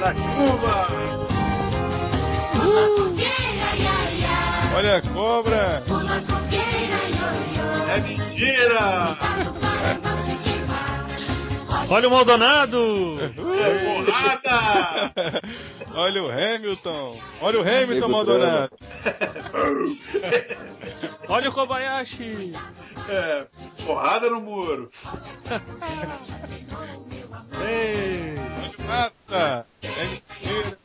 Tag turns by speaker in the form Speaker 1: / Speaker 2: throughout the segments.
Speaker 1: da chuva. Olha a cobra. É mentira.
Speaker 2: Olha o Maldonado!
Speaker 1: É porrada. Olha o Hamilton. Olha o Hamilton, Maldonado.
Speaker 2: Olha o Kobayashi!
Speaker 1: É, porrada no muro.
Speaker 2: Ei.
Speaker 1: Mata. É mentira.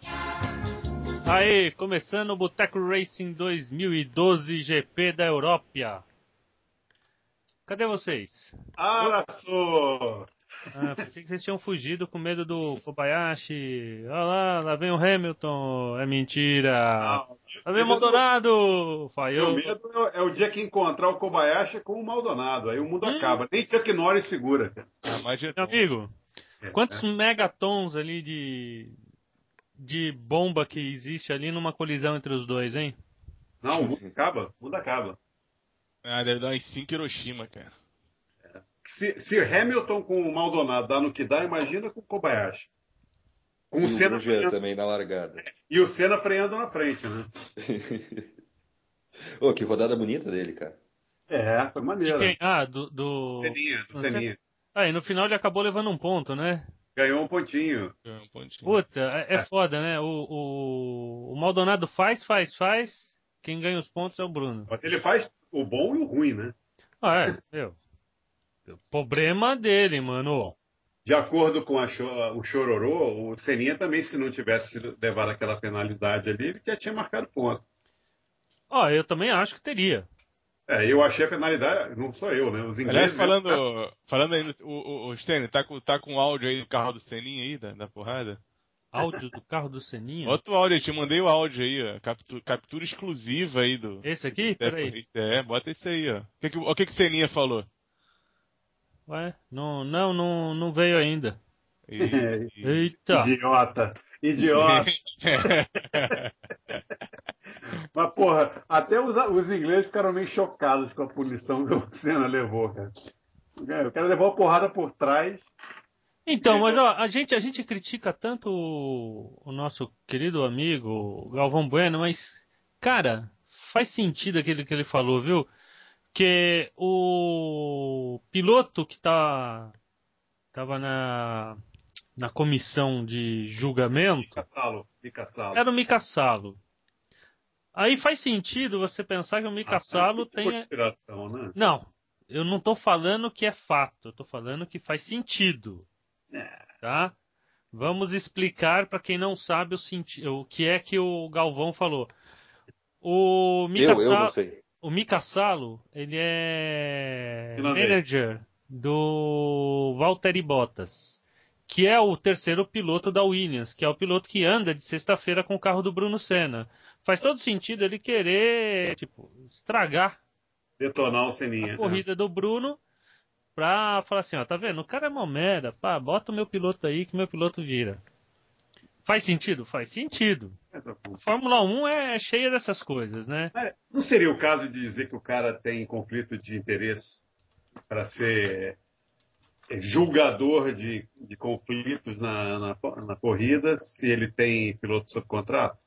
Speaker 2: Aê, começando o Boteco Racing 2012 GP da Europa. Cadê vocês?
Speaker 1: Araçô.
Speaker 2: Ah, pensei que vocês tinham fugido com medo do Kobayashi. Olha lá, lá vem o Hamilton. É mentira.
Speaker 1: Ah,
Speaker 3: Não,
Speaker 2: Lá vem o Maldonado.
Speaker 3: Ah, Meu
Speaker 2: Falhou.
Speaker 3: medo é o- é o dia que encontrar o Kobayashi com o Maldonado. Aí o mundo
Speaker 1: Hum.
Speaker 3: acaba. Nem Chuck Norris segura.
Speaker 1: Ah, mas é
Speaker 2: Meu amigo,
Speaker 3: É,
Speaker 2: quantos megatons ali de de bomba que existe ali numa colisão entre os dois, hein?
Speaker 3: Não, o mundo acaba. O mundo acaba.
Speaker 1: Ah, deve dar uns 5 Hiroshima, cara.
Speaker 3: Se, se Hamilton com o Maldonado dá no que dá, imagina com o Kobayashi. Com
Speaker 4: E
Speaker 3: o
Speaker 4: o
Speaker 3: Senna
Speaker 4: Grosjean
Speaker 3: freando,
Speaker 4: também na largada.
Speaker 3: e o Senna freando na frente, né?
Speaker 4: Ô, que rodada bonita dele, cara.
Speaker 3: É, foi
Speaker 2: De
Speaker 3: maneiro.
Speaker 2: quem? Ah, do. do...
Speaker 3: Seninha, do Seninha.
Speaker 2: Ah, e no final ele acabou levando um ponto, né?
Speaker 3: Ganhou um pontinho.
Speaker 1: É um pontinho.
Speaker 2: Puta, é, é foda, né? O, o, o Maldonado faz, faz, faz. Quem ganha os pontos é o Bruno.
Speaker 3: Mas ele faz o bom e o ruim, né?
Speaker 2: Ah, é, meu. O Problema dele, mano.
Speaker 3: De acordo com a Cho- o Chororô, o Seninha também, se não tivesse sido levado aquela penalidade ali, ele já tinha marcado ponto.
Speaker 2: Ó, Ah, eu também acho que teria.
Speaker 3: É, eu achei a penalidade, não sou eu, né? Os ingleses.
Speaker 1: Aliás, falando, falando aí, o, o, o Stênio, tá com, tá com áudio aí do carro do Seninha aí, da, da porrada?
Speaker 2: Áudio do carro do Seninha.
Speaker 1: Bota o áudio, eu te mandei o áudio aí, ó. Captura, captura exclusiva aí do.
Speaker 2: Esse aqui? Peraí.
Speaker 1: É, bota esse aí, ó. O que, que, o que, que o Seninha falou?
Speaker 2: Ué, não, não, não, não veio ainda.
Speaker 1: E- e-
Speaker 2: Eita!
Speaker 3: É, Idiota. Idiota. Mas, porra, até os, os ingleses ficaram meio chocados com a punição que o Senna levou, cara. É, O cara levou a porrada por trás.
Speaker 2: Então, mas ó, a gente, a gente critica tanto o, o nosso querido amigo Galvão Bueno, mas, cara, faz sentido aquilo que ele falou, viu? Que o piloto que tá, tava na, na comissão de julgamento
Speaker 3: Picassalo, Picassalo.
Speaker 2: era o Mika Salo. Aí faz sentido você pensar que o
Speaker 3: Ah, é
Speaker 2: Mika Salo tenha,
Speaker 3: Conspiração, né?
Speaker 2: Não, eu não tô falando que é fato, eu tô falando que faz sentido. Tá? Vamos explicar para quem não sabe o, senti o que é que o Galvão falou. O Mika,
Speaker 4: eu, eu
Speaker 2: Sa-
Speaker 4: não sei.
Speaker 2: o Mika Salo, ele é
Speaker 3: Finlandês.
Speaker 2: manager do Valtteri Bottas, que é o terceiro piloto da Williams, que é o piloto que anda de sexta-feira com o carro do Bruno Senna. Faz todo sentido ele querer, tipo, estragar
Speaker 3: Detonar o Seninha.
Speaker 1: é.
Speaker 2: a
Speaker 3: né?
Speaker 2: corrida do Bruno pra falar assim, ó, tá vendo? O cara é uma merda, pá, bota o meu piloto aí que meu piloto vira. Faz sentido? Faz sentido.
Speaker 3: é.
Speaker 2: A Fórmula 1 é cheia dessas coisas, né?
Speaker 3: Mas Não seria o caso de dizer que o cara tem conflito de interesse para ser é, julgador de, de conflitos na, na, na corrida se ele tem piloto sob contrato?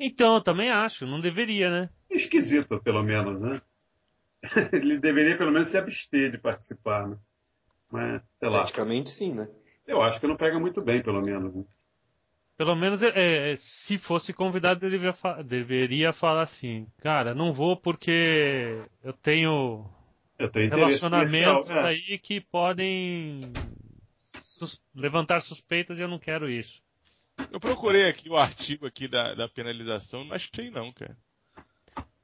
Speaker 2: Então, eu também acho, não deveria, né?
Speaker 3: Esquisito, pelo menos, né? Ele deveria, pelo menos, se abster de participar, né? Mas, sei lá,
Speaker 4: Praticamente sim, né?
Speaker 3: eu acho que não pega muito bem, pelo menos. né?
Speaker 2: Pelo menos, é, é, se fosse convidado, ele devia, fa- deveria falar assim, cara, não vou porque eu tenho
Speaker 3: Eu tenho interesse
Speaker 2: relacionamentos
Speaker 1: é."
Speaker 3: comercial, né?
Speaker 2: aí que podem sus- levantar suspeitas e eu não quero isso.
Speaker 1: Eu procurei aqui o artigo aqui da, da penalização, não achei não, cara.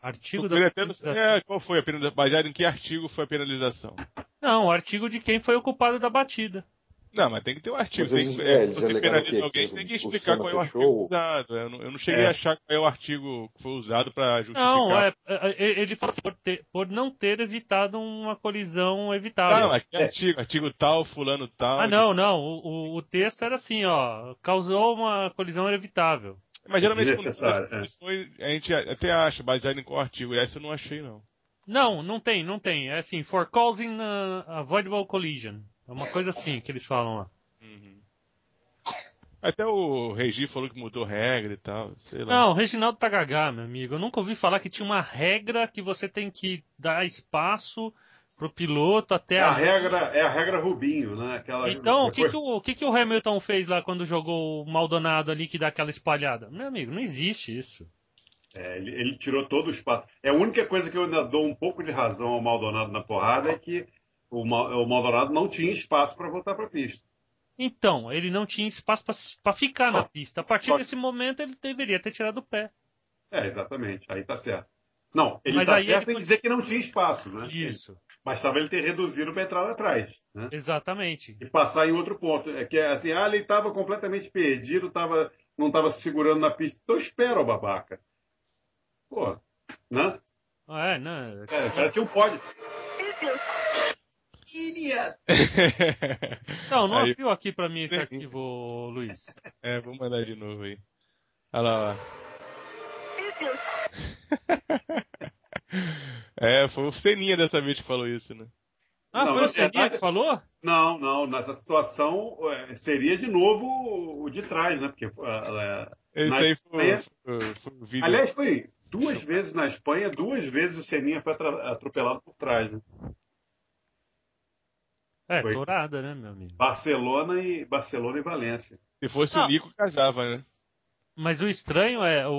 Speaker 2: Artigo da
Speaker 1: Procurei até no-
Speaker 2: Organização
Speaker 1: é, qual foi a penalização? Baseado em que artigo foi a penalização?
Speaker 2: Não, o artigo de quem foi o culpado da batida.
Speaker 1: Não, mas tem que ter um artigo.
Speaker 4: Mas
Speaker 1: Tem
Speaker 4: eles-
Speaker 1: que,
Speaker 4: é, eles
Speaker 1: você
Speaker 4: alegaram
Speaker 1: penaliza
Speaker 4: o quê?
Speaker 1: alguém,
Speaker 4: Que
Speaker 1: tem que
Speaker 4: o
Speaker 1: explicar
Speaker 4: Senna
Speaker 1: qual é o
Speaker 4: fechou?
Speaker 1: artigo usado. Eu não, eu não cheguei
Speaker 3: É.
Speaker 1: a achar qual é o artigo que foi usado pra justificar.
Speaker 2: Não, é, é, é, ele falou por, ter- por não ter evitado uma colisão
Speaker 1: Tá,
Speaker 2: evitável.
Speaker 1: mas
Speaker 4: É.
Speaker 1: que artigo? Artigo tal, fulano tal.
Speaker 2: ah, não, não. O, o- o texto era assim, ó. Causou uma colisão evitável.
Speaker 1: Mas geralmente quando
Speaker 3: Desnecessário, é.
Speaker 1: foi, a gente até acha, baseado em qual artigo. E essa eu não achei, não.
Speaker 2: Não, não tem, não tem. É assim, for causing uh, avoidable collision. É uma coisa assim que eles falam lá.
Speaker 1: Até o Regi falou que mudou regra e tal, sei lá.
Speaker 2: Não, Reginaldo Tagagá, meu amigo. Eu nunca ouvi falar que tinha uma regra que você tem que dar espaço pro piloto até
Speaker 3: É a regra, é a regra Rubinho, né? Aquela,
Speaker 2: Então, o que,
Speaker 3: depois-
Speaker 2: que, o, o que, que o Hamilton fez lá quando jogou o Maldonado ali que dá aquela espalhada? Meu amigo, não existe isso.
Speaker 3: É, ele, ele tirou todo o espaço. É a única coisa que eu ainda dou um pouco de razão ao Maldonado na porrada é que o, Ma- o Maldonado não tinha espaço para voltar para a pista.
Speaker 2: Então, ele não tinha espaço para ficar na pista. A partir
Speaker 3: só-
Speaker 2: desse momento, ele deveria ter tirado o pé.
Speaker 3: É, exatamente. Aí tá certo. Não, ele
Speaker 2: Mas
Speaker 3: tá
Speaker 2: aí
Speaker 3: certo
Speaker 2: ele
Speaker 3: em dizer que não tinha espaço, né?
Speaker 2: Isso,
Speaker 3: Bastava ele ter reduzido para entrar lá atrás, né?
Speaker 2: exatamente.
Speaker 3: E passar em outro ponto. É que é assim, ah, ele estava completamente perdido, tava, não estava se segurando na pista. Então espera, o babaca. Pô, né?
Speaker 2: É, né?
Speaker 3: É, o cara tinha um pódio.
Speaker 2: Então, Não, não
Speaker 1: Aí-
Speaker 2: abriu aqui para mim esse
Speaker 1: Sim.
Speaker 2: arquivo, Luiz.
Speaker 1: É, vou mandar de novo aí. Olha lá, olha lá. É, foi o Seninha dessa vez que falou isso, né?
Speaker 2: Ah,
Speaker 3: Não,
Speaker 2: foi
Speaker 3: na
Speaker 2: o Seninha
Speaker 3: verdade-
Speaker 2: que falou?
Speaker 3: Não, não, nessa situação é, seria de novo o de trás, né? Porque, é,
Speaker 1: Esse
Speaker 3: Mas
Speaker 1: aí foi,
Speaker 3: foi-
Speaker 1: foi- foi o
Speaker 3: é,
Speaker 1: vídeo.
Speaker 3: aliás, foi duas vezes na Espanha, duas vezes o Seninha foi atra- atropelado por trás, né?
Speaker 2: É,
Speaker 3: Foi.
Speaker 2: tourada, né, meu amigo?
Speaker 3: Barcelona e Barcelona e Valência.
Speaker 1: se fosse
Speaker 2: Não.
Speaker 1: o Nico, casava, né?
Speaker 2: Mas o estranho é o,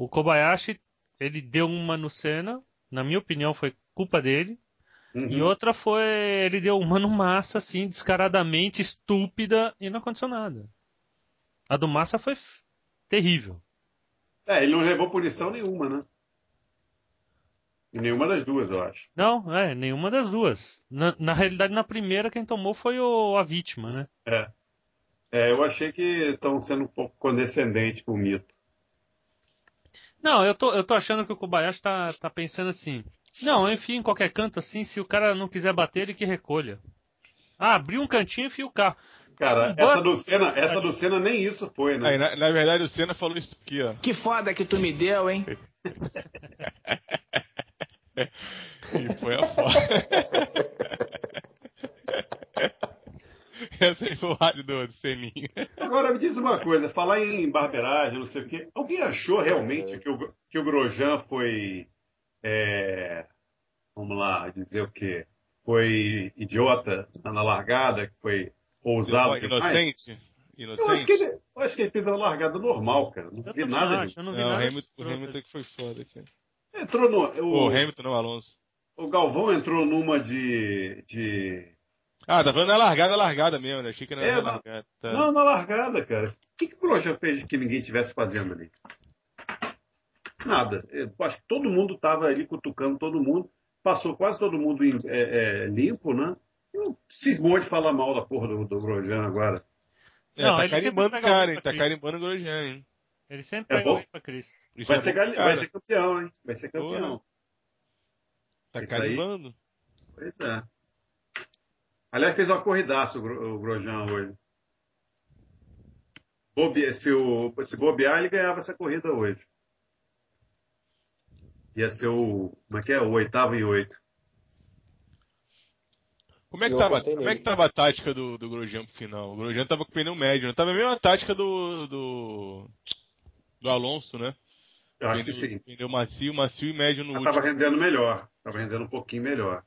Speaker 2: o, o Kobayashi, ele deu uma no Senna, na minha opinião foi culpa dele,
Speaker 3: Uhum.
Speaker 2: e outra foi ele deu uma no Massa assim, descaradamente estúpida e não aconteceu nada. A do Massa foi f- terrível.
Speaker 3: É, ele não levou punição nenhuma, né? Nenhuma das duas, eu acho.
Speaker 2: Não, é, nenhuma das duas. Na, na realidade, na primeira quem tomou foi o, a vítima, né?
Speaker 3: É. É, eu achei que estão sendo um pouco condescendentes com o mito.
Speaker 2: Não, eu tô, eu tô achando que o Kobayashi tá, tá pensando assim. Não, enfim, em qualquer canto assim, se o cara não quiser bater, ele que recolha. Ah, abriu um cantinho e enfia o carro. Um
Speaker 3: Cara, essa
Speaker 2: bando-
Speaker 3: do Senna, essa do Senna nem isso foi,
Speaker 1: Aí,
Speaker 3: né?
Speaker 1: na, na verdade, o Senna falou isso aqui, ó.
Speaker 5: Que foda que tu me deu, hein?
Speaker 1: E foi a foto. Essa aí foi o rádio do, do Seninha.
Speaker 3: Agora me diz uma coisa, falar em barbeiragem, não sei o quê, alguém achou realmente que o, que o Grosjean foi. é, vamos lá, dizer o quê? Foi idiota na largada, que foi ousado demais?
Speaker 1: Inocente?
Speaker 3: Eu acho, que
Speaker 1: Inocente?
Speaker 3: ele, eu acho que ele fez uma largada normal, cara. Não
Speaker 2: Eu
Speaker 3: vi
Speaker 2: também
Speaker 3: nada
Speaker 2: acho,
Speaker 3: disso.
Speaker 2: eu não vi
Speaker 1: Não, É, o
Speaker 2: nada.
Speaker 1: Hamilton, o
Speaker 2: escroto.
Speaker 1: Hamilton que foi foda aqui.
Speaker 3: Entrou no.
Speaker 1: Pô,
Speaker 3: O,
Speaker 1: o Hamilton não, Alonso.
Speaker 3: o Galvão entrou numa de. de...
Speaker 1: Ah, tá falando na largada, largada mesmo, né? Achei que era
Speaker 3: É,
Speaker 1: na
Speaker 3: não.
Speaker 1: largada. Tá.
Speaker 3: Não, na largada, cara. O que, que o Grosjean fez que ninguém estivesse fazendo ali? Nada. Eu acho que todo mundo estava ali cutucando todo mundo. Passou quase todo mundo em- é, é, limpo, né? E cismou de falar mal da porra do, do Grosjean agora.
Speaker 1: É,
Speaker 2: Não,
Speaker 1: tá
Speaker 2: ele sempre
Speaker 1: carimbando o
Speaker 2: pega alguém
Speaker 1: cara, hein?
Speaker 2: pra
Speaker 1: Tá
Speaker 2: Cristo.
Speaker 1: carimbando o Grosjean, hein?
Speaker 2: Ele sempre
Speaker 3: É
Speaker 2: pega
Speaker 3: bom?
Speaker 2: alguém pra Cristo.
Speaker 1: Isso
Speaker 3: Vai
Speaker 1: é
Speaker 3: ser,
Speaker 1: bom pro
Speaker 3: gal-
Speaker 1: cara.
Speaker 3: vai ser campeão, hein? Vai ser campeão.
Speaker 1: Tá
Speaker 3: isso aí.
Speaker 1: carimbando?
Speaker 3: Pois é. Aliás, fez uma corridaça o Gro- o Grosjean hoje. Bobe- se, o, se bobear, ele ganhava essa corrida hoje. Ia ser o. Como é que é? O oitavo em oito.
Speaker 1: Como é que,
Speaker 4: Eu
Speaker 1: tava,
Speaker 4: apostei
Speaker 1: como é
Speaker 4: nele.
Speaker 1: que tava a tática do, do Grosjean pro final? O Grosjean tava com pneu médio, não tava a mesma tática do, do, do Alonso, né?
Speaker 3: Eu acho que
Speaker 1: pneu,
Speaker 3: sim.
Speaker 1: pneu macio, macio e médio no
Speaker 3: Mas
Speaker 1: último.
Speaker 3: tava rendendo melhor. Tava rendendo um pouquinho melhor.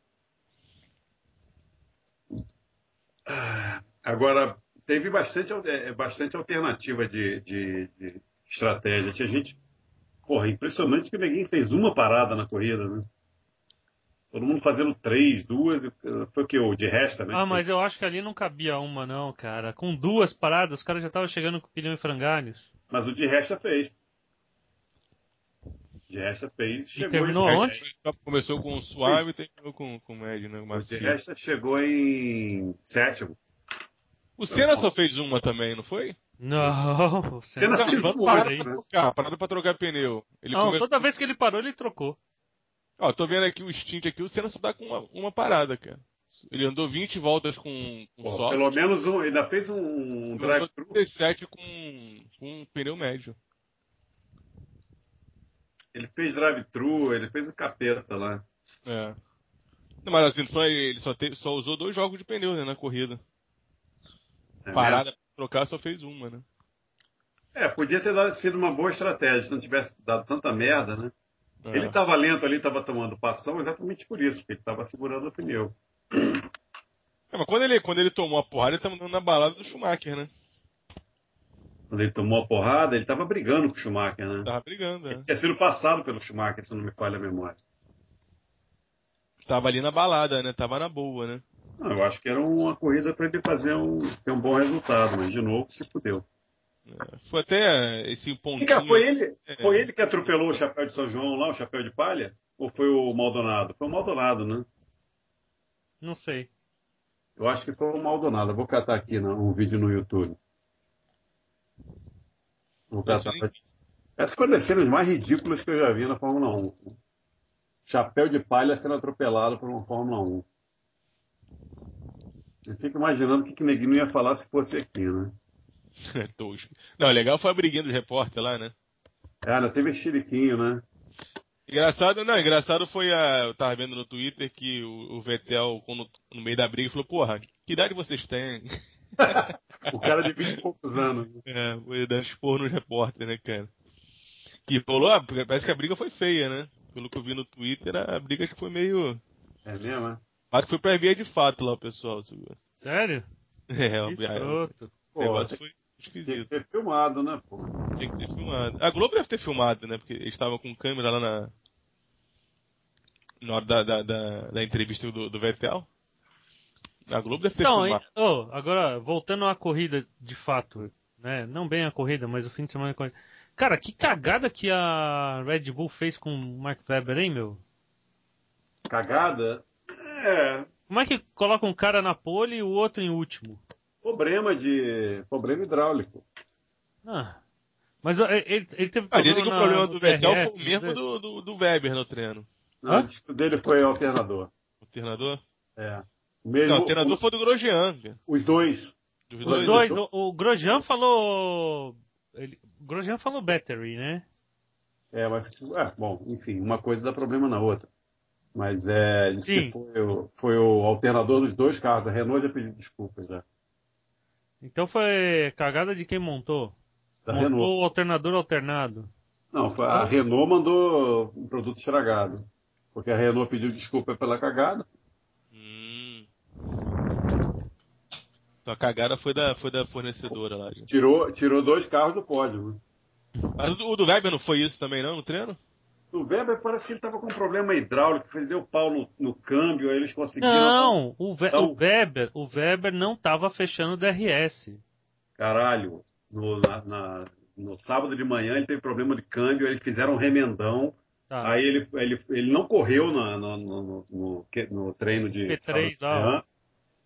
Speaker 3: Ah, Agora, teve bastante, al- eh, bastante alternativa de, de- de estratégia. Tinha gente. Porra, impressionante que ninguém fez uma parada na corrida, né? Todo mundo fazendo três, duas. e- eh, Foi o que? O de resta, né?
Speaker 2: Ah, mas eu acho que ali não cabia uma, não, cara. Com duas paradas, os caras já estavam chegando com o pneu em frangalhos.
Speaker 3: Mas o de resta fez. De resta fez. Chegou
Speaker 2: terminou
Speaker 3: em...
Speaker 2: onde?
Speaker 1: Começou com o suave e terminou com, com o médio, né? O
Speaker 3: O de
Speaker 1: macio.
Speaker 3: resta chegou em sétimo.
Speaker 1: O Senna só fez uma também, não foi?
Speaker 2: Não,
Speaker 3: Você não
Speaker 1: Cara,
Speaker 3: fez
Speaker 1: vamos
Speaker 3: um
Speaker 1: parar
Speaker 3: ano,
Speaker 1: pra
Speaker 3: né?
Speaker 1: trocar, parado pra trocar pneu. Ele
Speaker 2: Não,
Speaker 1: come-
Speaker 2: toda vez que ele parou, ele trocou.
Speaker 1: Ó, tô vendo aqui o stint aqui, o Senna só tá com uma, uma parada, cara. Ele andou 20 voltas com, com
Speaker 3: Pô,
Speaker 1: soft.
Speaker 3: pelo menos um, ainda fez um
Speaker 1: Andou
Speaker 3: drive-thru.
Speaker 1: 37 com, com um pneu médio.
Speaker 3: Ele fez drive-thru, ele fez o capeta lá.
Speaker 1: É. Não, mas assim, só, ele só, teve, só usou dois jogos de pneu né, na corrida.
Speaker 3: É
Speaker 1: Parada trocar só fez uma, né?
Speaker 3: É, podia ter dado- sido uma boa estratégia se não tivesse dado tanta merda, né?
Speaker 1: É.
Speaker 3: Ele estava lento ali, estava tomando passão exatamente por isso, porque ele estava segurando o pneu.
Speaker 1: É, mas quando ele, quando ele tomou a porrada, ele tava andando na balada do Schumacher, né?
Speaker 3: Quando ele tomou a porrada, ele estava brigando com o Schumacher, né?
Speaker 1: Tava brigando, né?
Speaker 3: Ele tinha sido passado pelo Schumacher, se não me falha a memória.
Speaker 1: Tava ali na balada, né? Tava na boa, né?
Speaker 3: Não, eu acho que era uma corrida para ele fazer um, ter um bom resultado, mas de novo se fudeu.
Speaker 1: É, Foi até esse pontinho.
Speaker 3: Fica, foi, ele,
Speaker 1: um É.
Speaker 3: foi ele que atropelou o chapéu de São João lá, o chapéu de palha? Ou foi o Maldonado? Foi o Maldonado, né?
Speaker 2: Não sei.
Speaker 3: Eu acho que foi o Maldonado. Eu vou catar aqui né, um vídeo no YouTube. Vou
Speaker 1: Nossa,
Speaker 3: catar.
Speaker 1: nem-
Speaker 3: Essa foi uma das cenas mais ridículas que eu já vi na Fórmula 1. Chapéu de palha sendo atropelado por uma Fórmula 1. Eu fico imaginando o que, que o Neguinho ia falar se fosse aqui, né?
Speaker 1: É tosco. Não, legal foi a briguinha do repórter lá, né?
Speaker 3: Cara, teve chiriquinho, né?
Speaker 1: Engraçado, não, engraçado foi a. Eu tava vendo no Twitter que o, o Vettel, quando- no meio da briga, falou: Porra, que idade vocês têm?
Speaker 3: O cara de 20 e poucos anos. né?
Speaker 1: É, foi dar expor nos repórter, né, cara? Que rolou, ah, porque parece que a briga foi feia, né? Pelo que eu vi no Twitter, a briga acho que foi meio.
Speaker 3: É mesmo, né?
Speaker 1: Acho que foi pra via de fato lá, o pessoal. sabe?
Speaker 2: Sério?
Speaker 1: É,
Speaker 2: Que
Speaker 1: o o
Speaker 2: escroto.
Speaker 3: Pô,
Speaker 1: negócio foi
Speaker 3: tinha que
Speaker 1: esquisito.
Speaker 3: ter filmado, né, pô?
Speaker 1: Tinha que ter filmado. A Globo deve ter filmado, né? Porque eles estavam com câmera lá na. Na hora da, da, da, da entrevista do, do Vettel. A Globo deve ter
Speaker 2: Então,
Speaker 1: filmado.
Speaker 2: hein, ô, agora, voltando à corrida de fato, né? Não bem a corrida, mas o fim de semana. da corrida. Cara, que cagada que a Red Bull fez com o Mark Webber, hein, meu?
Speaker 3: Cagada? É.
Speaker 2: Como é que coloca um cara na pole e o outro em último?
Speaker 3: Problema de. Problema hidráulico.
Speaker 2: Ah, Mas ó, ele, ele teve
Speaker 1: Ah, dizem que o
Speaker 2: na-
Speaker 1: problema
Speaker 2: no
Speaker 1: do Vettel
Speaker 2: TRF,
Speaker 1: foi o mesmo
Speaker 2: né?
Speaker 1: do, do, do Weber no treino.
Speaker 3: Não,
Speaker 2: Hã?
Speaker 3: o disco dele foi alternador.
Speaker 1: O treinador?
Speaker 3: É. O mesmo-
Speaker 1: Não, o treinador foi do Grosjean. cara.
Speaker 3: Os dois. Os
Speaker 1: Dos
Speaker 2: Os
Speaker 1: dois.
Speaker 2: dois, o, o Grosjean falou. Ele, o Grosjean falou battery, né?
Speaker 3: É, mas. É, bom, enfim, uma coisa dá problema na outra. Mas é. Disse
Speaker 2: Sim.
Speaker 3: que foi o, foi o alternador dos dois carros. A Renault já pediu desculpas, né?
Speaker 2: Então foi cagada de quem montou.
Speaker 3: Da
Speaker 2: montou
Speaker 3: Renault.
Speaker 2: o alternador alternado.
Speaker 3: Não, foi- a Renault mandou um produto estragado. Porque a Renault pediu desculpa pela cagada.
Speaker 1: Hum. Então a cagada foi da, foi da fornecedora lá, gente.
Speaker 3: Tirou, tirou dois carros do pódio. Né?
Speaker 1: Mas o do- o do Weber não foi isso também, não, no treino?
Speaker 3: O Weber parece que ele estava com um problema hidráulico, fez deu pau no, no câmbio, aí eles conseguiram.
Speaker 2: Não, o, Ve-
Speaker 3: Então-
Speaker 2: o Weber, o Weber não tava fechando o DRS.
Speaker 3: Caralho, no, na- na- no sábado de manhã ele teve problema de câmbio, aí eles fizeram um remendão,
Speaker 2: Tá.
Speaker 3: aí ele, ele, ele não correu na- na- no, no- no- que- no treino de
Speaker 2: P3
Speaker 3: sábado de
Speaker 2: lá, ó.
Speaker 3: manhã,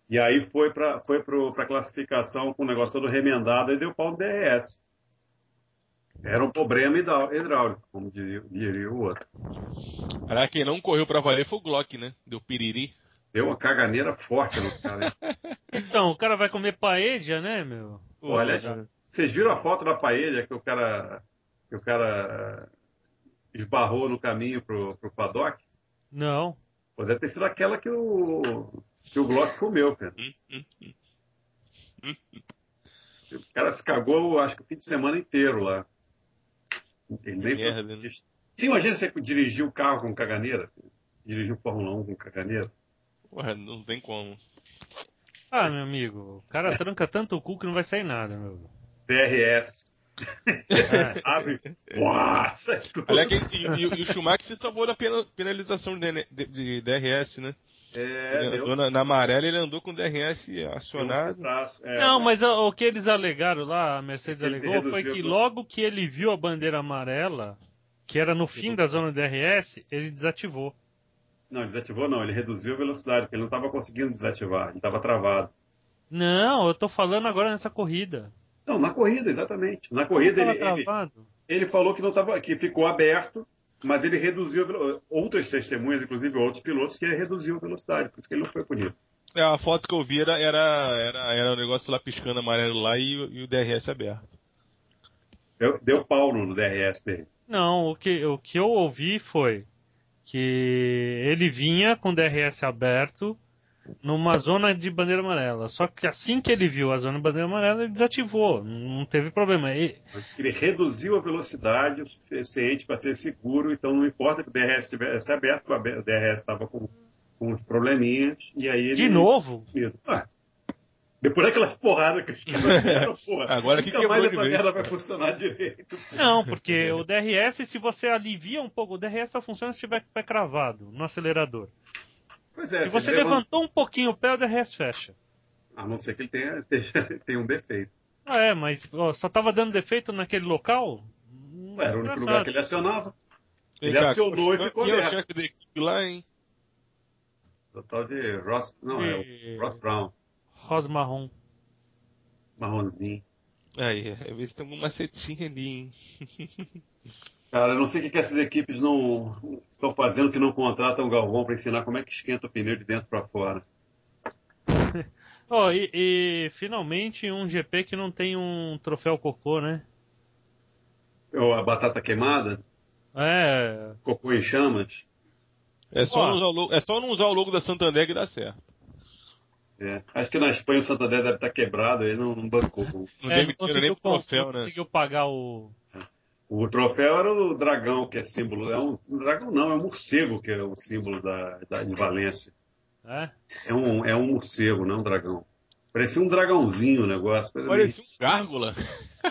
Speaker 3: e aí foi para foi pro- pra classificação com o negócio todo remendado e deu pau no DRS. Era um problema hidra- hidráulico, como diria, diria o outro.
Speaker 1: Caraca, quem não correu pra valer foi o Glock, né? Deu piriri.
Speaker 3: Deu uma caganeira forte no cara. hein?
Speaker 2: Então, o cara vai comer paella, né, meu?
Speaker 1: Pô,
Speaker 3: Olha,
Speaker 1: cara.
Speaker 3: vocês viram a foto da paella que o cara, que o cara esbarrou no caminho pro, pro paddock?
Speaker 2: Não.
Speaker 3: Poderia ter sido aquela que o, que o Glock comeu, cara.
Speaker 1: Hum,
Speaker 3: O cara se cagou, acho que o fim de semana inteiro lá. Ele nem
Speaker 1: Merda, né?
Speaker 3: Você imagina você dirigir o carro com caganeira? filho? Dirigir o Fórmula 1 com caganeira?
Speaker 1: Porra, não tem como.
Speaker 2: Ah, meu amigo, o cara tranca tanto o cu que não vai sair nada, meu.
Speaker 3: DRS.
Speaker 2: É.
Speaker 3: Abre. Uau, sai tudo.
Speaker 1: Aliás, quem- e, e- e o Schumacher se salvou da pena- penalização de, DN de- de DRS, né?
Speaker 3: É,
Speaker 1: ele
Speaker 3: deu-
Speaker 1: andou na, na amarela, ele andou com o DRS
Speaker 3: deu um
Speaker 1: acionado.
Speaker 3: sustraço. É,
Speaker 2: Não, mas o o que eles alegaram lá, a Mercedes
Speaker 3: Ele
Speaker 2: alegou, foi
Speaker 3: reduziu
Speaker 2: que
Speaker 3: a
Speaker 2: logo que ele viu a bandeira amarela, que era no fim da zona do DRS, ele desativou.
Speaker 3: Não, desativou não, ele reduziu a velocidade, porque ele não estava conseguindo desativar, ele estava travado.
Speaker 2: Não, eu tô falando agora nessa corrida.
Speaker 3: Não, na corrida, exatamente. Na corrida
Speaker 2: Tava
Speaker 3: ele, ele,
Speaker 2: travado.
Speaker 3: ele falou que não tava, que ficou aberto, mas ele reduziu a velo- outras testemunhas, inclusive outros pilotos, que ele reduziu a velocidade, por isso que ele não foi punido.
Speaker 1: É, a foto que eu vi era, era, era, era o negócio lá piscando amarelo lá e, o- e o DRS aberto.
Speaker 3: Deu, deu pau no DRS dele.
Speaker 2: Não, o que, o que eu ouvi foi que ele vinha com o DRS aberto, numa zona de bandeira amarela. Só que assim que ele viu a zona de bandeira amarela, ele desativou. Não teve problema. E-
Speaker 3: Mas que ele reduziu a velocidade o suficiente para ser seguro, então não importa que o DRS estivesse aberto, o DRS estava com, com uns probleminhas, e aí ele.
Speaker 2: de novo?
Speaker 3: Ah, depois daquela porrada que os caras deram, então, porra.
Speaker 1: Agora que
Speaker 3: nunca
Speaker 1: quebrou
Speaker 3: mais
Speaker 1: de
Speaker 3: essa
Speaker 1: vez.
Speaker 3: merda vai funcionar direito.
Speaker 2: Não, porque o DRS, se você alivia um pouco, o DRS só funciona se tiver com o pé cravado no acelerador.
Speaker 3: Pois é,
Speaker 2: Se você
Speaker 3: ele levanta-
Speaker 2: levantou um pouquinho o pé, o DRS fecha.
Speaker 3: A não ser que ele tenha, tenha, tenha um defeito.
Speaker 2: Ah, é, mas ó, só tava dando defeito naquele local? Não
Speaker 3: Era o único lugar que ele acionava.
Speaker 1: Vem
Speaker 3: Ele
Speaker 1: cá,
Speaker 3: acionou e
Speaker 1: quem
Speaker 3: ficou
Speaker 1: é o
Speaker 3: aberto.
Speaker 1: chefe da equipe lá, hein?
Speaker 3: O tal de Ross. Não, é
Speaker 2: E-
Speaker 3: o Ross Brown,
Speaker 2: Rosa marrom.
Speaker 3: marronzinho.
Speaker 1: Aí, às vezes tem alguma macetinha ali, hein?
Speaker 3: Cara, eu não sei o que que essas equipes não estão fazendo que não contratam o Galvão para ensinar como é que esquenta o pneu de dentro para fora.
Speaker 2: Ó, e, e finalmente um GP que não tem um troféu cocô, né?
Speaker 3: Ou a batata queimada,
Speaker 2: É.
Speaker 3: cocô em chamas.
Speaker 1: É só,
Speaker 2: Ó.
Speaker 1: não usar o logo, é só não usar o logo da Santander que dá certo.
Speaker 3: É. Acho que na Espanha o Santander deve estar quebrado, ele não, não bancou.
Speaker 1: Não
Speaker 2: é,
Speaker 1: deve
Speaker 2: não
Speaker 1: dinheiro nem
Speaker 2: conseguiu
Speaker 1: pro troféu,
Speaker 2: con-
Speaker 1: né?
Speaker 2: conseguiu pagar o.
Speaker 3: O troféu era o dragão, que é símbolo. É um, um dragão não, é um morcego que é o símbolo da, da, de Valência.
Speaker 2: É?
Speaker 3: É um, é um morcego, não um dragão. Parecia um dragãozinho o negócio. coisa meio-
Speaker 1: Parecia um gárgula.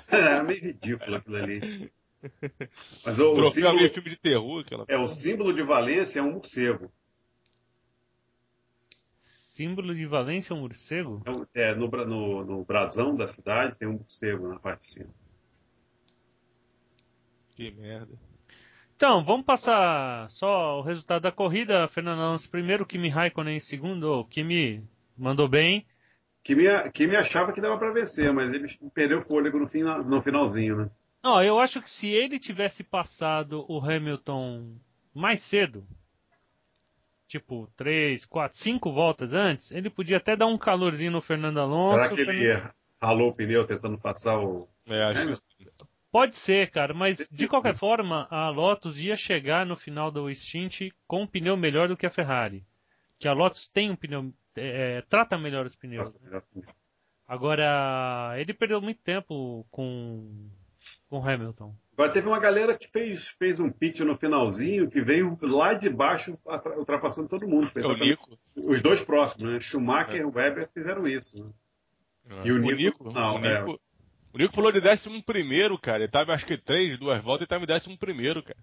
Speaker 3: Era meio ridículo aquilo ali. Mas o, o
Speaker 1: Troféu meio
Speaker 3: símbolo,
Speaker 1: filme de terror, aquela.
Speaker 3: é, o símbolo de Valência é um morcego.
Speaker 2: Símbolo de Valência, um morcego?
Speaker 3: É, um- é, no, bra- no, no brasão da cidade tem um morcego na parte de cima.
Speaker 1: Que merda.
Speaker 2: Então, vamos passar só o resultado da corrida. Fernando Alonso primeiro, Kimi Raikkonen em segundo. O Kimi mandou bem.
Speaker 3: Que me, que me achava que dava para vencer, mas ele perdeu o fôlego no, fina- no finalzinho, né?
Speaker 2: Não, eu acho que se ele tivesse passado o Hamilton mais cedo, tipo 3, 4, 5 voltas antes, ele podia até dar um calorzinho no Fernando Alonso.
Speaker 3: Será que
Speaker 2: Fernando-
Speaker 3: ele ralou o pneu tentando passar o.
Speaker 1: É, acho que-
Speaker 2: Pode ser, cara, mas de qualquer forma, a Lotus ia chegar no final do stint com um pneu melhor do que a Ferrari. Que a Lotus tem um pneu. é, trata melhor os pneus. né? Agora, ele perdeu muito tempo com, com o Hamilton.
Speaker 3: Agora teve uma galera que fez, fez um pit no finalzinho que veio lá de baixo atra- ultrapassando todo mundo.
Speaker 1: É o Nico.
Speaker 3: Os dois próximos, né?
Speaker 1: É.
Speaker 3: Schumacher e Weber fizeram isso. Né? E o Nico? Não, é.
Speaker 1: o, Nico o Nico pulou de 11 primeiro, cara. Ele tava, acho que três, duas voltas, ele tava em 11 primeiro, cara.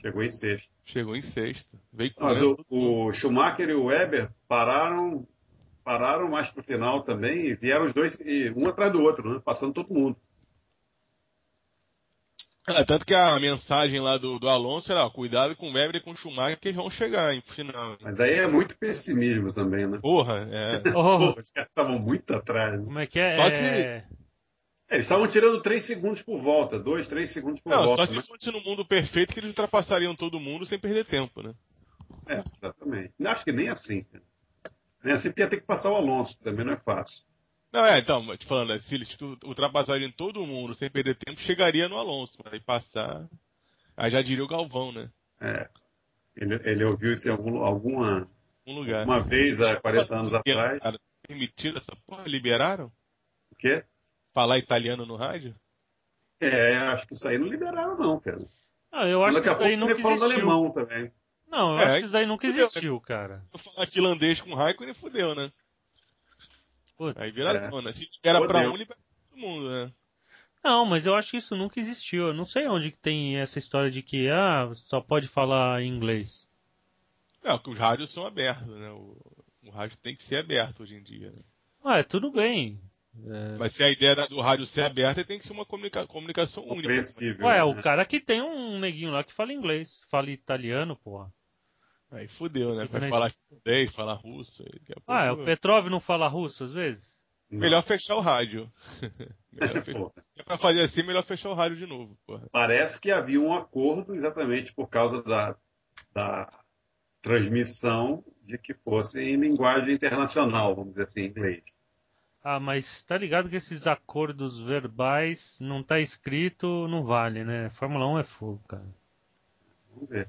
Speaker 3: Chegou em sexto.
Speaker 1: Chegou em sexto. Veio
Speaker 3: Mas
Speaker 1: correndo.
Speaker 3: o, o Schumacher e o Weber pararam, pararam mais pro final também e vieram os dois, e um atrás do outro, né? Passando todo mundo.
Speaker 1: É, tanto que a mensagem lá do, do Alonso era, ó, cuidado com o Weber e com o Schumacher que eles vão chegar em final. hein?
Speaker 3: Mas aí é muito pessimismo também, né?
Speaker 1: Porra, é.
Speaker 2: Oh,
Speaker 3: Pô, os caras estavam muito atrás. né?
Speaker 2: como é que é?
Speaker 1: Só
Speaker 2: É,
Speaker 3: É, Eles estavam tirando 3 segundos por volta, 2, 3 segundos por
Speaker 1: Não,
Speaker 3: volta.
Speaker 1: só se
Speaker 3: né?
Speaker 1: fosse no mundo perfeito que eles ultrapassariam todo mundo sem perder tempo, né?
Speaker 3: É, exatamente. Acho que nem assim, cara. Nem assim, porque ia ter que passar o Alonso, que também não é fácil.
Speaker 1: Não, é, então, te falando, se eles tu- ultrapassariam todo mundo sem perder tempo, chegaria no Alonso. Aí passar. Aí já diria o Galvão, né?
Speaker 3: É. Ele, ele ouviu isso em algum, alguma
Speaker 1: Um lugar.
Speaker 3: uma vez há 40 anos atrás.
Speaker 1: Cara, Permitiram essa porra? Liberaram?
Speaker 3: O quê?
Speaker 1: Falar italiano no rádio?
Speaker 3: É, acho que isso aí não liberaram, não, cara.
Speaker 2: não, eu acho
Speaker 3: Daqui
Speaker 2: que isso
Speaker 3: a
Speaker 2: daí
Speaker 3: pouco
Speaker 2: nunca
Speaker 3: ele fala
Speaker 2: existiu.
Speaker 3: alemão também.
Speaker 2: Não, eu
Speaker 1: É,
Speaker 2: acho que isso daí nunca
Speaker 1: fudeu.
Speaker 2: existiu, cara.
Speaker 1: Eu falar finlandês com o Raikkonen, fudeu, né?
Speaker 2: Putz.
Speaker 1: Aí vira
Speaker 3: É.
Speaker 1: zona. Se era pra
Speaker 3: Fudeu.
Speaker 1: um, libera todo mundo, né?
Speaker 2: Não, mas eu acho que isso nunca existiu. Eu não sei onde que tem essa história de que ah, só pode falar em inglês.
Speaker 1: Não, que os rádios são abertos, né? O, o rádio tem que ser aberto hoje em dia. né?
Speaker 2: Ah, é tudo bem. É...
Speaker 1: Mas se a ideia da- do rádio ser aberto, ele tem que ser uma comunica- comunicação única.
Speaker 3: Compreensível.
Speaker 2: Ué,
Speaker 3: né?
Speaker 2: o cara que tem um neguinho lá que fala inglês, fala italiano, porra.
Speaker 1: Aí fudeu, né?
Speaker 2: Fica na
Speaker 1: Vai falar chinês, falar russo. aí daqui a
Speaker 2: Ah, é,
Speaker 3: Uhum.
Speaker 1: pouco-
Speaker 2: o Petrov não fala russo às vezes?
Speaker 3: Não.
Speaker 1: Melhor fechar o rádio. melhor fechar.
Speaker 3: Pô,
Speaker 1: É pra fazer assim, melhor fechar o rádio de novo, porra.
Speaker 3: Parece que havia um acordo exatamente por causa da, da transmissão de que fosse em linguagem internacional, vamos dizer assim, em inglês.
Speaker 2: Ah, mas tá ligado que esses acordos verbais um não tá escrito, não vale, né? Fórmula 1 é fogo, cara.
Speaker 3: Vamos ver.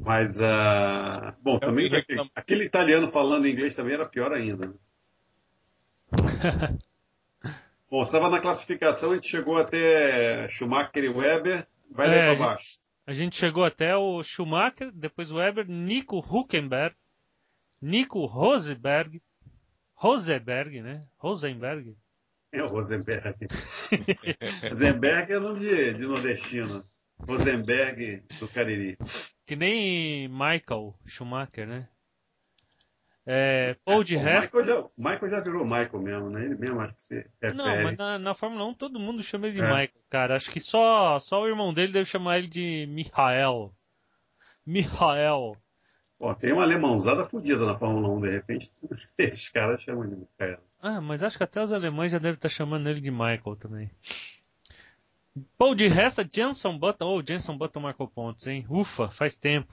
Speaker 3: Mas, ah,
Speaker 2: É
Speaker 3: bom, também
Speaker 1: eu reclamo.
Speaker 3: aquele italiano falando inglês também era pior ainda. né? Bom, estava na classificação, a gente chegou até Schumacher e Weber, vai
Speaker 2: É, a
Speaker 3: daí para
Speaker 2: gente-
Speaker 3: baixo.
Speaker 2: A gente chegou até o Schumacher, depois o Weber, Nico Huckenberg, Nico Roseberg, Roseberg, né? Rosenberg.
Speaker 3: É o Rosenberg. Rosenberg é nome de, de nordestino. Rosenberg do Cariri.
Speaker 2: Que nem Michael Schumacher, né? É, Paul de
Speaker 3: O
Speaker 2: resto.
Speaker 3: Michael já, o Michael já virou Michael mesmo, né? Ele mesmo acho que se refere.
Speaker 2: Não, mas na, na Fórmula 1 todo mundo chama ele de
Speaker 3: É.
Speaker 2: Michael, cara. Acho que só, só o irmão dele deve chamar ele de Michael. Michael.
Speaker 3: Ó, tem uma alemãozada fodida na Fórmula 1, de repente. Esses caras chamam de Michael.
Speaker 2: Ah, mas acho que até os alemães já devem estar chamando ele de Michael também. Pô, de resto, Jenson Button. Oh, Jenson Button marcou pontos, hein? Ufa, faz tempo.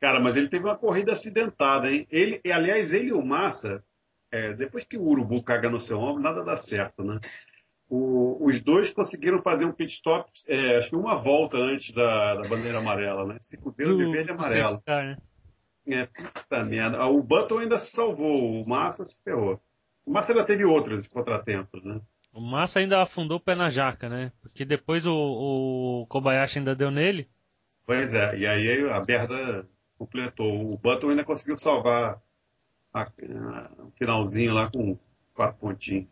Speaker 3: Cara, mas ele teve uma corrida acidentada, hein? Ele, e, aliás, ele e o Massa, é, depois que o Urubu caga no seu ombro, nada dá certo, né? O- os dois conseguiram fazer um pit stop, é, acho que uma volta antes da, da bandeira amarela, né? Se cuderam de
Speaker 2: Do-
Speaker 3: verde e
Speaker 2: do
Speaker 3: amarelo.
Speaker 2: safety car, né?
Speaker 3: É, puta merda. Ah, O Button ainda se salvou, o Massa se ferrou. O Massa ainda teve outros contratempos, né?
Speaker 2: O Massa ainda afundou o pé na jaca, né? Porque depois o, o Kobayashi ainda deu nele.
Speaker 3: Pois é, e aí a Berda completou. O Button ainda conseguiu salvar a- a- o finalzinho lá com quatro pontinhos.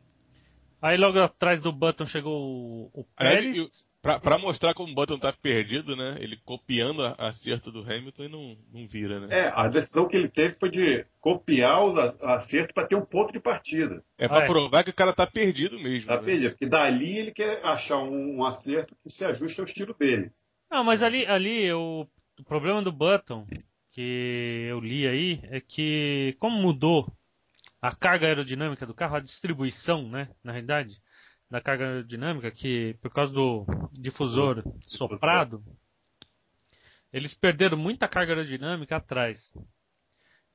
Speaker 2: Aí logo atrás do Button chegou o, o
Speaker 1: Aliás,
Speaker 2: Pérez.
Speaker 1: eu- pra, pra mostrar como o Button tá perdido, né? Ele copiando a acerto do Hamilton e não, não vira, né?
Speaker 3: É, a decisão que ele teve foi de copiar o a- acerto para ter um ponto de partida.
Speaker 1: É, pra
Speaker 2: Ah, é.
Speaker 1: provar que o cara tá perdido mesmo.
Speaker 3: Tá
Speaker 1: né?
Speaker 2: Uhum.
Speaker 3: perdido? Porque dali ele quer achar um, um acerto que se ajuste ao estilo dele.
Speaker 2: Ah, mas ali, ali o, o problema do Button que eu li aí é que como mudou a carga aerodinâmica do carro, a distribuição, né, na realidade, da carga aerodinâmica, que por causa do difusor soprado, eles perderam muita carga aerodinâmica atrás.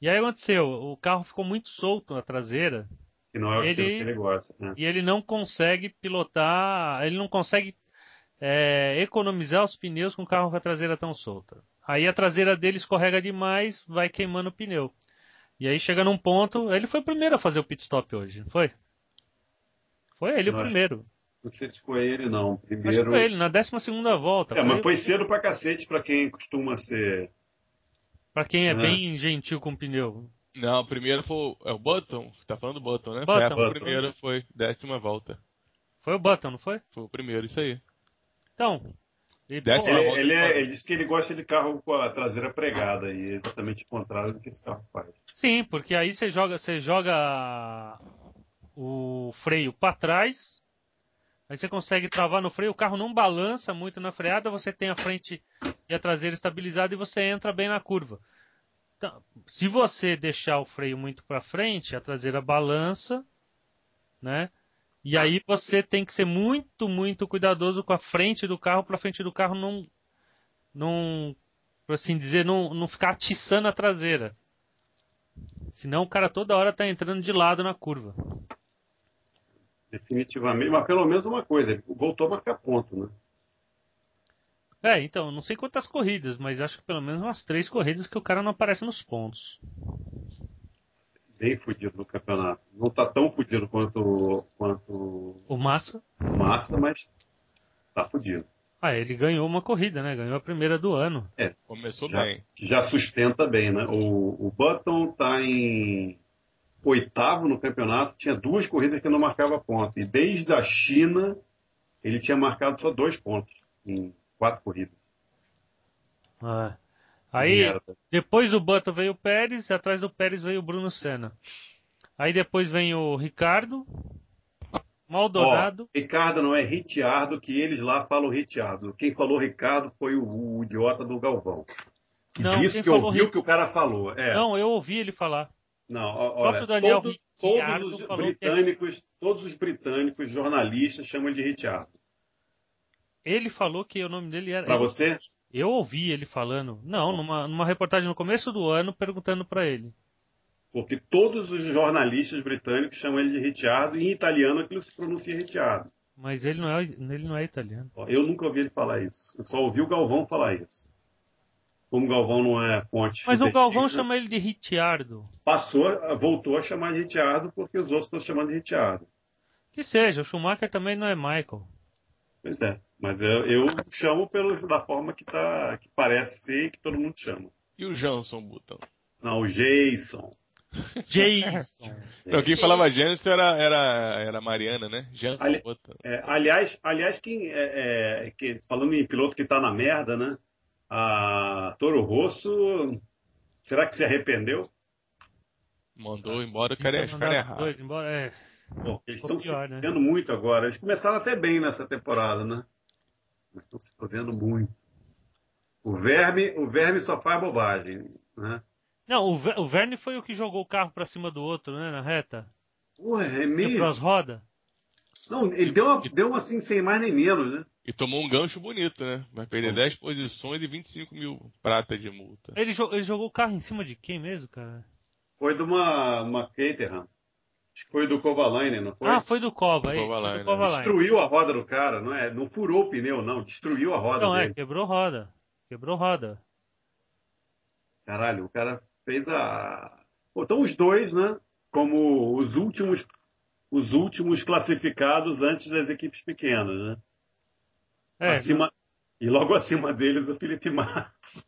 Speaker 2: E aí aconteceu, o carro ficou muito solto na traseira,
Speaker 3: Que não é o
Speaker 2: Ele-
Speaker 3: estilo que ele gosta. Né?
Speaker 2: e ele não consegue pilotar, ele não consegue é, economizar os pneus com o carro com a traseira tão solta. Aí a traseira dele escorrega demais, vai queimando o pneu. E aí chega num ponto, ele foi o primeiro a fazer o pit stop hoje, não foi? Foi ele
Speaker 3: Eu
Speaker 2: o
Speaker 3: acho-
Speaker 2: primeiro.
Speaker 3: Não sei se foi ele, não.
Speaker 2: Acho que
Speaker 3: Primeiro.
Speaker 2: foi ele, na 12 segunda volta.
Speaker 3: É, mas
Speaker 2: foi...
Speaker 3: foi cedo pra cacete pra quem costuma ser.
Speaker 2: Pra quem é
Speaker 3: É.
Speaker 2: bem gentil com o pneu.
Speaker 1: Não, o primeiro foi. o- É o Button? Tá falando do Button, né?
Speaker 2: Button.
Speaker 1: Foi, o
Speaker 3: Button.
Speaker 1: primeiro foi décima volta.
Speaker 2: Foi o Button, não foi?
Speaker 1: Foi o primeiro, isso aí.
Speaker 2: Então. E,
Speaker 1: Deve
Speaker 2: pô,
Speaker 1: ter-
Speaker 3: Ele, ele é- ele disse que ele gosta de carro com a traseira pregada, e é exatamente o contrário do que esse carro faz.
Speaker 2: Sim, porque aí você joga, você joga o freio para trás, aí você consegue travar no freio, o carro não balança muito na freada, você tem a frente e a traseira estabilizada e você entra bem na curva. Então, se você deixar o freio muito para frente, a traseira balança, né? E aí você tem que ser muito, muito cuidadoso com a frente do carro, para a frente do carro não, não, por assim dizer, não, não ficar atiçando a traseira. Senão o cara toda hora tá entrando de lado na curva.
Speaker 3: Definitivamente, mas pelo menos uma coisa, ele voltou a marcar ponto, né?
Speaker 2: É, então, não sei quantas corridas, mas acho que pelo menos umas três corridas que o cara não aparece nos pontos.
Speaker 3: Bem fudido no campeonato. Não tá tão fudido quanto, quanto
Speaker 2: O Massa,
Speaker 3: o Massa, mas tá fudido.
Speaker 2: ah, ele ganhou uma corrida, né? Ganhou a primeira do ano.
Speaker 1: Começou
Speaker 3: Já,
Speaker 1: bem.
Speaker 3: já sustenta bem, né? O, o Button tá em oitavo no campeonato, tinha duas corridas que não marcava ponto. E desde a China, ele tinha marcado só dois pontos em quatro corridas.
Speaker 2: Ah. Aí,
Speaker 3: Merda.
Speaker 2: depois do Button veio o Pérez, e atrás do Pérez veio o Bruno Senna. Aí depois vem o Ricardo, Maldonado,
Speaker 3: Ó, Ricardo não é Ritiardo, que eles lá falam Ritiardo. Quem falou Ricardo foi o, o idiota do Galvão. Que
Speaker 2: Não,
Speaker 3: disse
Speaker 2: quem
Speaker 3: que ouviu
Speaker 2: falou
Speaker 3: o que o cara falou. É, não,
Speaker 2: não, eu ouvi ele falar.
Speaker 3: ó- olha,
Speaker 2: próprio Daniel
Speaker 3: todo-
Speaker 2: Ricciardo
Speaker 3: todos os
Speaker 2: falou que é-
Speaker 3: britânicos, todos os britânicos jornalistas chamam de Ritiardo.
Speaker 2: Ele falou que o nome dele era.
Speaker 3: Pra
Speaker 2: eu-
Speaker 3: você,
Speaker 2: Eu ouvi ele falando. Não, numa, numa reportagem no começo do ano, perguntando pra ele.
Speaker 3: porque todos os jornalistas britânicos chamam ele de Ritiardo e em italiano aquilo se pronuncia Ritiardo.
Speaker 2: Mas ele não é, ele não é italiano.
Speaker 3: Ó, Eu nunca ouvi ele falar isso. Eu só ouvi o Galvão falar isso. Como o Galvão não é fonte.
Speaker 2: Mas o
Speaker 3: detetive,
Speaker 2: Galvão chama ele de Ritiardo.
Speaker 3: Passou, voltou a chamar de Ritiardo porque os outros estão chamando de Ritiardo.
Speaker 2: Que seja, o Schumacher também não é Michael.
Speaker 3: Pois é. Mas eu, eu chamo pelo, da forma que, tá, que parece ser e que todo mundo chama.
Speaker 1: E o Johnson Button?
Speaker 3: Não, o Jason.
Speaker 2: Jason.
Speaker 3: É.
Speaker 1: Não, quem falava Jansen era, era, era a Mariana, né? Jansen
Speaker 3: Ali-
Speaker 1: Button.
Speaker 3: É, aliás, aliás quem, é, é, que- falando em piloto que tá na merda, né? A Toro Rosso, será que se arrependeu?
Speaker 1: Mandou embora, o cara, é- o
Speaker 2: Mandar
Speaker 1: cara
Speaker 2: Então,
Speaker 1: é
Speaker 2: os
Speaker 1: errado.
Speaker 2: dois embora, é.
Speaker 3: Bom, eles
Speaker 2: Ficou
Speaker 3: estão se
Speaker 2: pior, né?
Speaker 3: fudendo muito agora. Eles começaram até bem nessa temporada, né? Mas estão se fudendo muito. O verme, o verme só faz bobagem, né?
Speaker 2: Não, o, Ver- o Verne foi o que jogou o carro pra cima do outro, né, na reta.
Speaker 3: Porra, é
Speaker 2: Tipo,
Speaker 3: meio...
Speaker 2: as rodas.
Speaker 3: Não, ele deu uma, deu uma assim, sem mais nem menos, né?
Speaker 1: E tomou um gancho bonito, né? Vai perder 10 posições e 25 mil prata de multa.
Speaker 2: Ele, jo- ele jogou o carro em cima de quem mesmo, cara?
Speaker 3: Foi de uma, uma Caterham. Acho que foi do Kovalainen, não foi?
Speaker 2: Ah, foi do Cova, é isso, foi
Speaker 1: Kovalainen.
Speaker 2: do Kovalainen.
Speaker 3: Destruiu a roda do cara, não é? Não furou o pneu, não. Destruiu a roda
Speaker 2: Não, é,
Speaker 3: dele.
Speaker 2: quebrou roda. Quebrou roda.
Speaker 3: Caralho, o cara fez a. Pô, Então os dois, né? Como os últimos, os últimos classificados antes das equipes pequenas, né?
Speaker 2: É,
Speaker 3: Acima- E logo acima deles o Felipe Matos.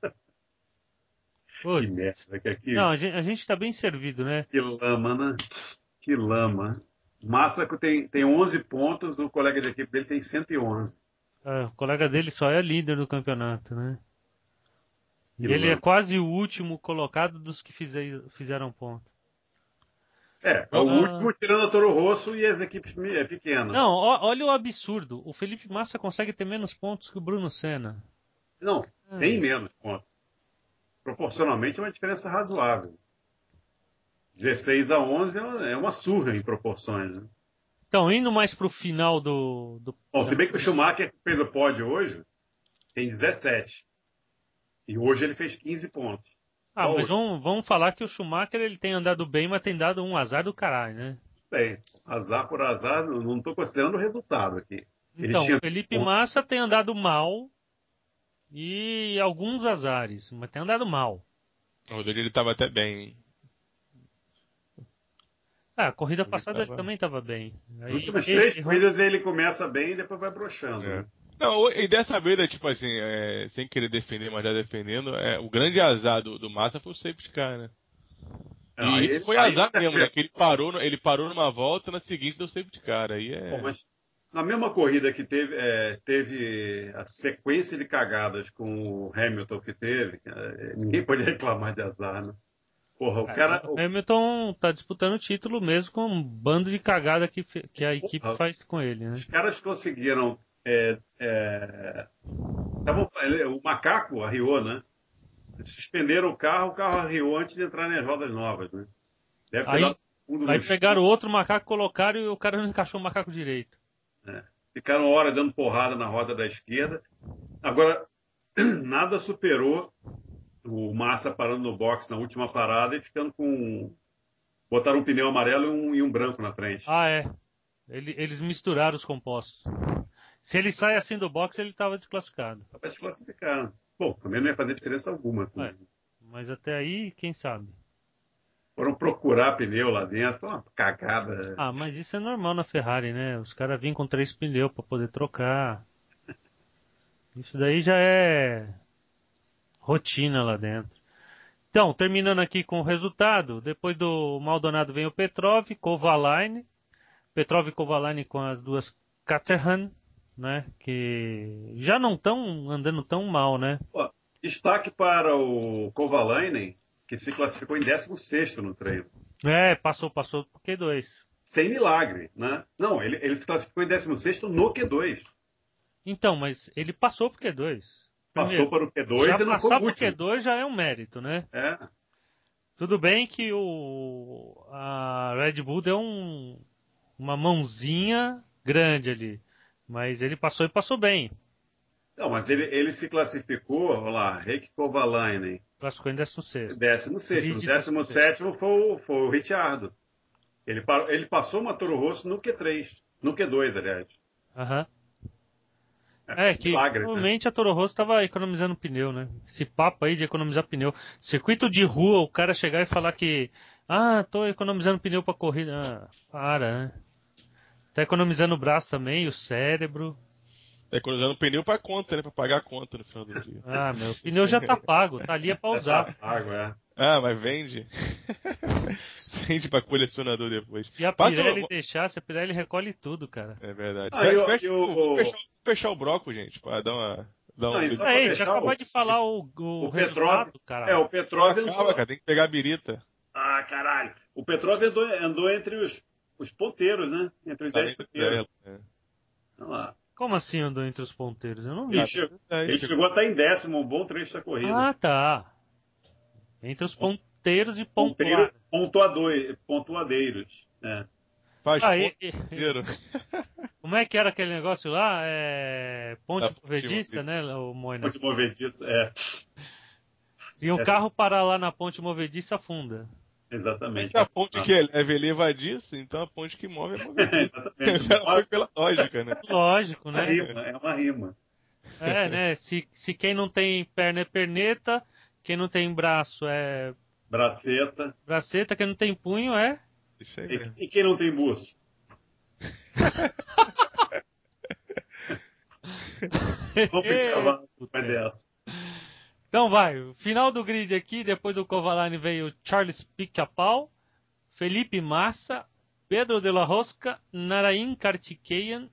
Speaker 2: pô,
Speaker 3: Que merda, que, que,
Speaker 2: Não, a gente, a gente tá bem servido, né?
Speaker 3: que lama, né? Que lama. Massa tem, tem 11 pontos, o colega de equipe dele tem 111.
Speaker 2: É, o colega dele só é líder do campeonato, né?
Speaker 3: Que
Speaker 2: ele é
Speaker 3: lama.
Speaker 2: quase o último colocado dos que fize- fizeram ponto.
Speaker 3: é, é o
Speaker 2: Ah.
Speaker 3: último tirando a Toro Rosso e as equipes me- é, pequenas.
Speaker 2: Não, ó- olha o absurdo. O Felipe Massa consegue ter menos pontos que o Bruno Senna.
Speaker 3: Não,
Speaker 2: Ah.
Speaker 3: tem menos pontos. Proporcionalmente é uma diferença razoável. 16 a 11 é uma- é uma surra em proporções. Né?
Speaker 2: Então, indo mais pro final do. do-
Speaker 3: Bom, se bem que o Schumacher que fez o pódio hoje, tem 17. E hoje ele fez 15 pontos.
Speaker 2: Ah,
Speaker 3: qual
Speaker 2: mas
Speaker 3: outro?
Speaker 2: vamos, vamos falar que o Schumacher ele tem andado bem, mas tem dado um azar do caralho, né?
Speaker 3: Bem, azar por azar, eu não estou considerando o resultado aqui. Ele
Speaker 2: Então,
Speaker 3: tinha-
Speaker 2: o Felipe Massa tem andado mal e alguns azares, mas tem andado mal.
Speaker 1: O Rodrigo ele tava até bem, hein?
Speaker 2: Ah, a corrida
Speaker 1: Ele
Speaker 2: passada
Speaker 1: tava-
Speaker 2: ele também estava bem. Aí,
Speaker 3: As últimas
Speaker 2: ele-
Speaker 3: três corridas ele começa bem e depois vai broxando.
Speaker 1: É.
Speaker 3: né?
Speaker 1: Não, e dessa vez, é tipo assim, é, sem querer defender, mas já defendendo, é, o grande azar do, do Massa foi o safety car, né? E
Speaker 3: Aí
Speaker 1: isso
Speaker 3: ele- tá
Speaker 1: foi
Speaker 3: aí é
Speaker 1: azar
Speaker 3: ele-
Speaker 1: mesmo, né? Que ele parou, no- ele parou numa volta, na seguinte deu safety car, aí é...
Speaker 3: Bom, mas na mesma corrida que teve, é, teve a sequência de cagadas com o Hamilton que teve, é, ninguém pode reclamar de azar, né? Porra, o cara.
Speaker 2: O
Speaker 3: o-
Speaker 2: Hamilton tá disputando o título mesmo com um bando de cagada que, fe- que a equipe
Speaker 3: Porra.
Speaker 2: faz com ele, né?
Speaker 3: os caras conseguiram. é, é, tavam- ele- o macaco arriou, né? Eles Suspenderam o carro, o carro arriou antes de entrar nas rodas novas, né? Deve ter
Speaker 2: Aí-
Speaker 3: dado um fundo no
Speaker 2: Aí
Speaker 3: chão.
Speaker 2: pegaram outro macaco, colocaram e o cara não encaixou o macaco direito.
Speaker 3: Ficaram hora dando porrada na roda da esquerda. Agora, nada superou o Massa parando no box na última parada e ficando com. Botaram um pneu amarelo e um, e um branco na frente.
Speaker 2: Ah, é. Ele- eles misturaram os compostos. Se ele sai assim do box, ele tava desclassificado.
Speaker 3: Só Pra se classificar. Bom, também não ia fazer diferença alguma. né?
Speaker 2: É. Mas até aí, quem sabe?
Speaker 3: Foram procurar pneu lá dentro, uma cagada.
Speaker 2: Ah, mas isso é normal na Ferrari, né? Os caras vêm com três pneus pra poder trocar. Isso daí já é rotina lá dentro. Então, terminando aqui com o resultado, depois do Maldonado vem o Petrov, Kovalainen, Petrov e Kovalainen com as duas Caterham, né? Que já não estão andando tão mal, né?
Speaker 3: Destaque para o Kovalainen, que se classificou em 16 no treino.
Speaker 2: É, passou, passou pro Q2.
Speaker 3: Sem milagre, né? Não, ele, ele se classificou em 16 no Q2.
Speaker 2: Então, mas ele passou pro Q2. Primeiro,
Speaker 3: Passou para o Q2
Speaker 2: já
Speaker 3: e não foi
Speaker 2: passar
Speaker 3: o
Speaker 2: pro
Speaker 3: último.
Speaker 2: Q2 já é um mérito, né?
Speaker 3: É.
Speaker 2: Tudo bem que o a Red Bull deu um, uma mãozinha grande ali, mas ele passou e passou bem.
Speaker 3: Não, mas ele, ele se classificou, olha lá, Rick Kovalainen,
Speaker 2: Classificou em 16.
Speaker 3: 16.
Speaker 2: Ridículo.
Speaker 3: 17 foi, o- foi o Ricciardo. Ele, parou- ele passou uma Toro Rosso no Q3, no Q2, aliás.
Speaker 2: Aham. É, que
Speaker 3: Milagre, né?
Speaker 2: provavelmente a Toro Rosso tava economizando pneu, né? Esse papo aí de economizar pneu. Circuito de rua, o cara chegar e falar que. Ah, tô economizando pneu pra corrida. Ah, para, né? Tá economizando o braço também, o cérebro.
Speaker 1: É quando usando pneu pra conta, né? Pra pagar a conta no final do dia.
Speaker 2: Ah, meu, o pneu já tá pago, tá ali é pra usar.
Speaker 3: Água, é.
Speaker 1: Ah, mas vende. vende pra colecionador depois.
Speaker 2: Se a
Speaker 1: Passa-
Speaker 2: Pirelli deixasse, a Pirelli recolhe tudo, cara.
Speaker 1: É verdade.
Speaker 3: Ah, eu-
Speaker 1: fecha,
Speaker 3: eu-
Speaker 1: vamos fechar, fechar o bloco, gente, pra dar uma. Dar
Speaker 3: Não,
Speaker 1: um...
Speaker 3: isso Só pra
Speaker 2: Aí, já
Speaker 3: fechar
Speaker 2: acabou
Speaker 3: o-
Speaker 2: de falar o, o,
Speaker 3: o
Speaker 2: resultado,
Speaker 3: Petrov-
Speaker 2: cara.
Speaker 3: É, o Petrov
Speaker 1: Calma,
Speaker 3: andou.
Speaker 1: cara, tem que pegar a birita.
Speaker 3: Ah, caralho. O Petrov andou, andou entre os, os ponteiros, né? Entre os
Speaker 1: Tá
Speaker 3: dez
Speaker 1: dentro
Speaker 3: ponteiros.
Speaker 1: dela, é. Tá
Speaker 3: Olha lá.
Speaker 2: Como assim andou entre os ponteiros? Eu não vi.
Speaker 3: Ele, chegou,
Speaker 1: Aí,
Speaker 3: ele chegou até em décimo, um bom trecho da corrida.
Speaker 2: Ah, tá. Entre os ponteiros e
Speaker 3: Ponteiro,
Speaker 2: pontuar.
Speaker 3: pontuador, pontuadeiros. né?
Speaker 1: Faz
Speaker 2: Ah, e- e-
Speaker 1: ponteiro.
Speaker 2: como é que era aquele negócio lá? É... Ponte
Speaker 1: Ah,
Speaker 2: movediça,
Speaker 1: ponte
Speaker 2: né, o Moina?
Speaker 3: um Ponte movediça, é,
Speaker 2: Se um carro parar lá na ponte movediça, afunda.
Speaker 3: exatamente.
Speaker 1: a ponte que é leve é levadiça, então a ponte que move é movediça.
Speaker 3: Exatamente.
Speaker 2: É
Speaker 1: Já foi pela lógica, né?
Speaker 2: Lógico,
Speaker 3: É uma
Speaker 2: né?
Speaker 3: rima, é uma rima.
Speaker 2: É, né? Se, se quem não tem perna é perneta, quem não tem braço é
Speaker 3: Braceta.
Speaker 2: braceta, quem não tem punho é.
Speaker 1: Isso aí mesmo.
Speaker 3: E, e quem não tem buço? Vamos
Speaker 2: É.
Speaker 3: acabar com dessa.
Speaker 2: Então vai, final do grid aqui, depois do Covalani veio Charles Picapau, Felipe Massa, Pedro de la Rosca, Narain Kartikeyan,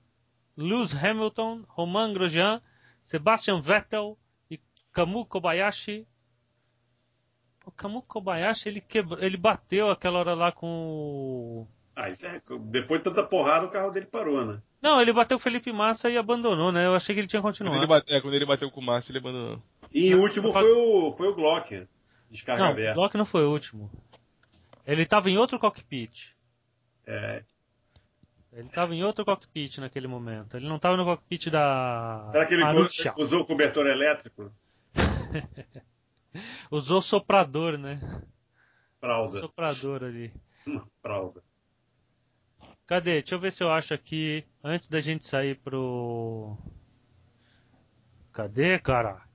Speaker 2: Lewis Hamilton, Romain Grosjean, Sebastian Vettel e Kamu Kobayashi. O Kamu Kobayashi, ele, quebrou, ele bateu aquela hora lá com o...
Speaker 3: Ah, isso é, depois de tanta porrada, o carro dele parou, né?
Speaker 2: Não, ele bateu o Felipe Massa e abandonou, né? Eu achei que ele tinha
Speaker 1: Quando ele,
Speaker 2: continuado.
Speaker 1: bateu, é, quando ele bateu com o Márcio, ele abandonou.
Speaker 3: E em último foi o, foi o Glock, descarga
Speaker 2: Não, o
Speaker 3: aberta.
Speaker 2: Glock não foi o último. Ele estava em outro cockpit.
Speaker 3: É,
Speaker 2: Ele estava em outro cockpit naquele momento. Ele não estava no cockpit da
Speaker 3: será que ele
Speaker 2: Arusha.
Speaker 3: usou o cobertor elétrico?
Speaker 2: Usou soprador, né?
Speaker 3: Fralda.
Speaker 2: Soprador ali.
Speaker 3: Uma fralda.
Speaker 2: Cadê? Deixa eu ver se eu acho aqui antes da gente sair pro Cadê, cara?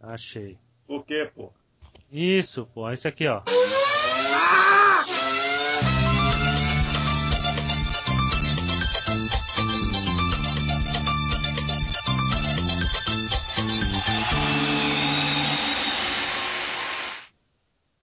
Speaker 2: Achei.
Speaker 3: O quê, pô?
Speaker 2: Isso, pô, esse aqui, ó.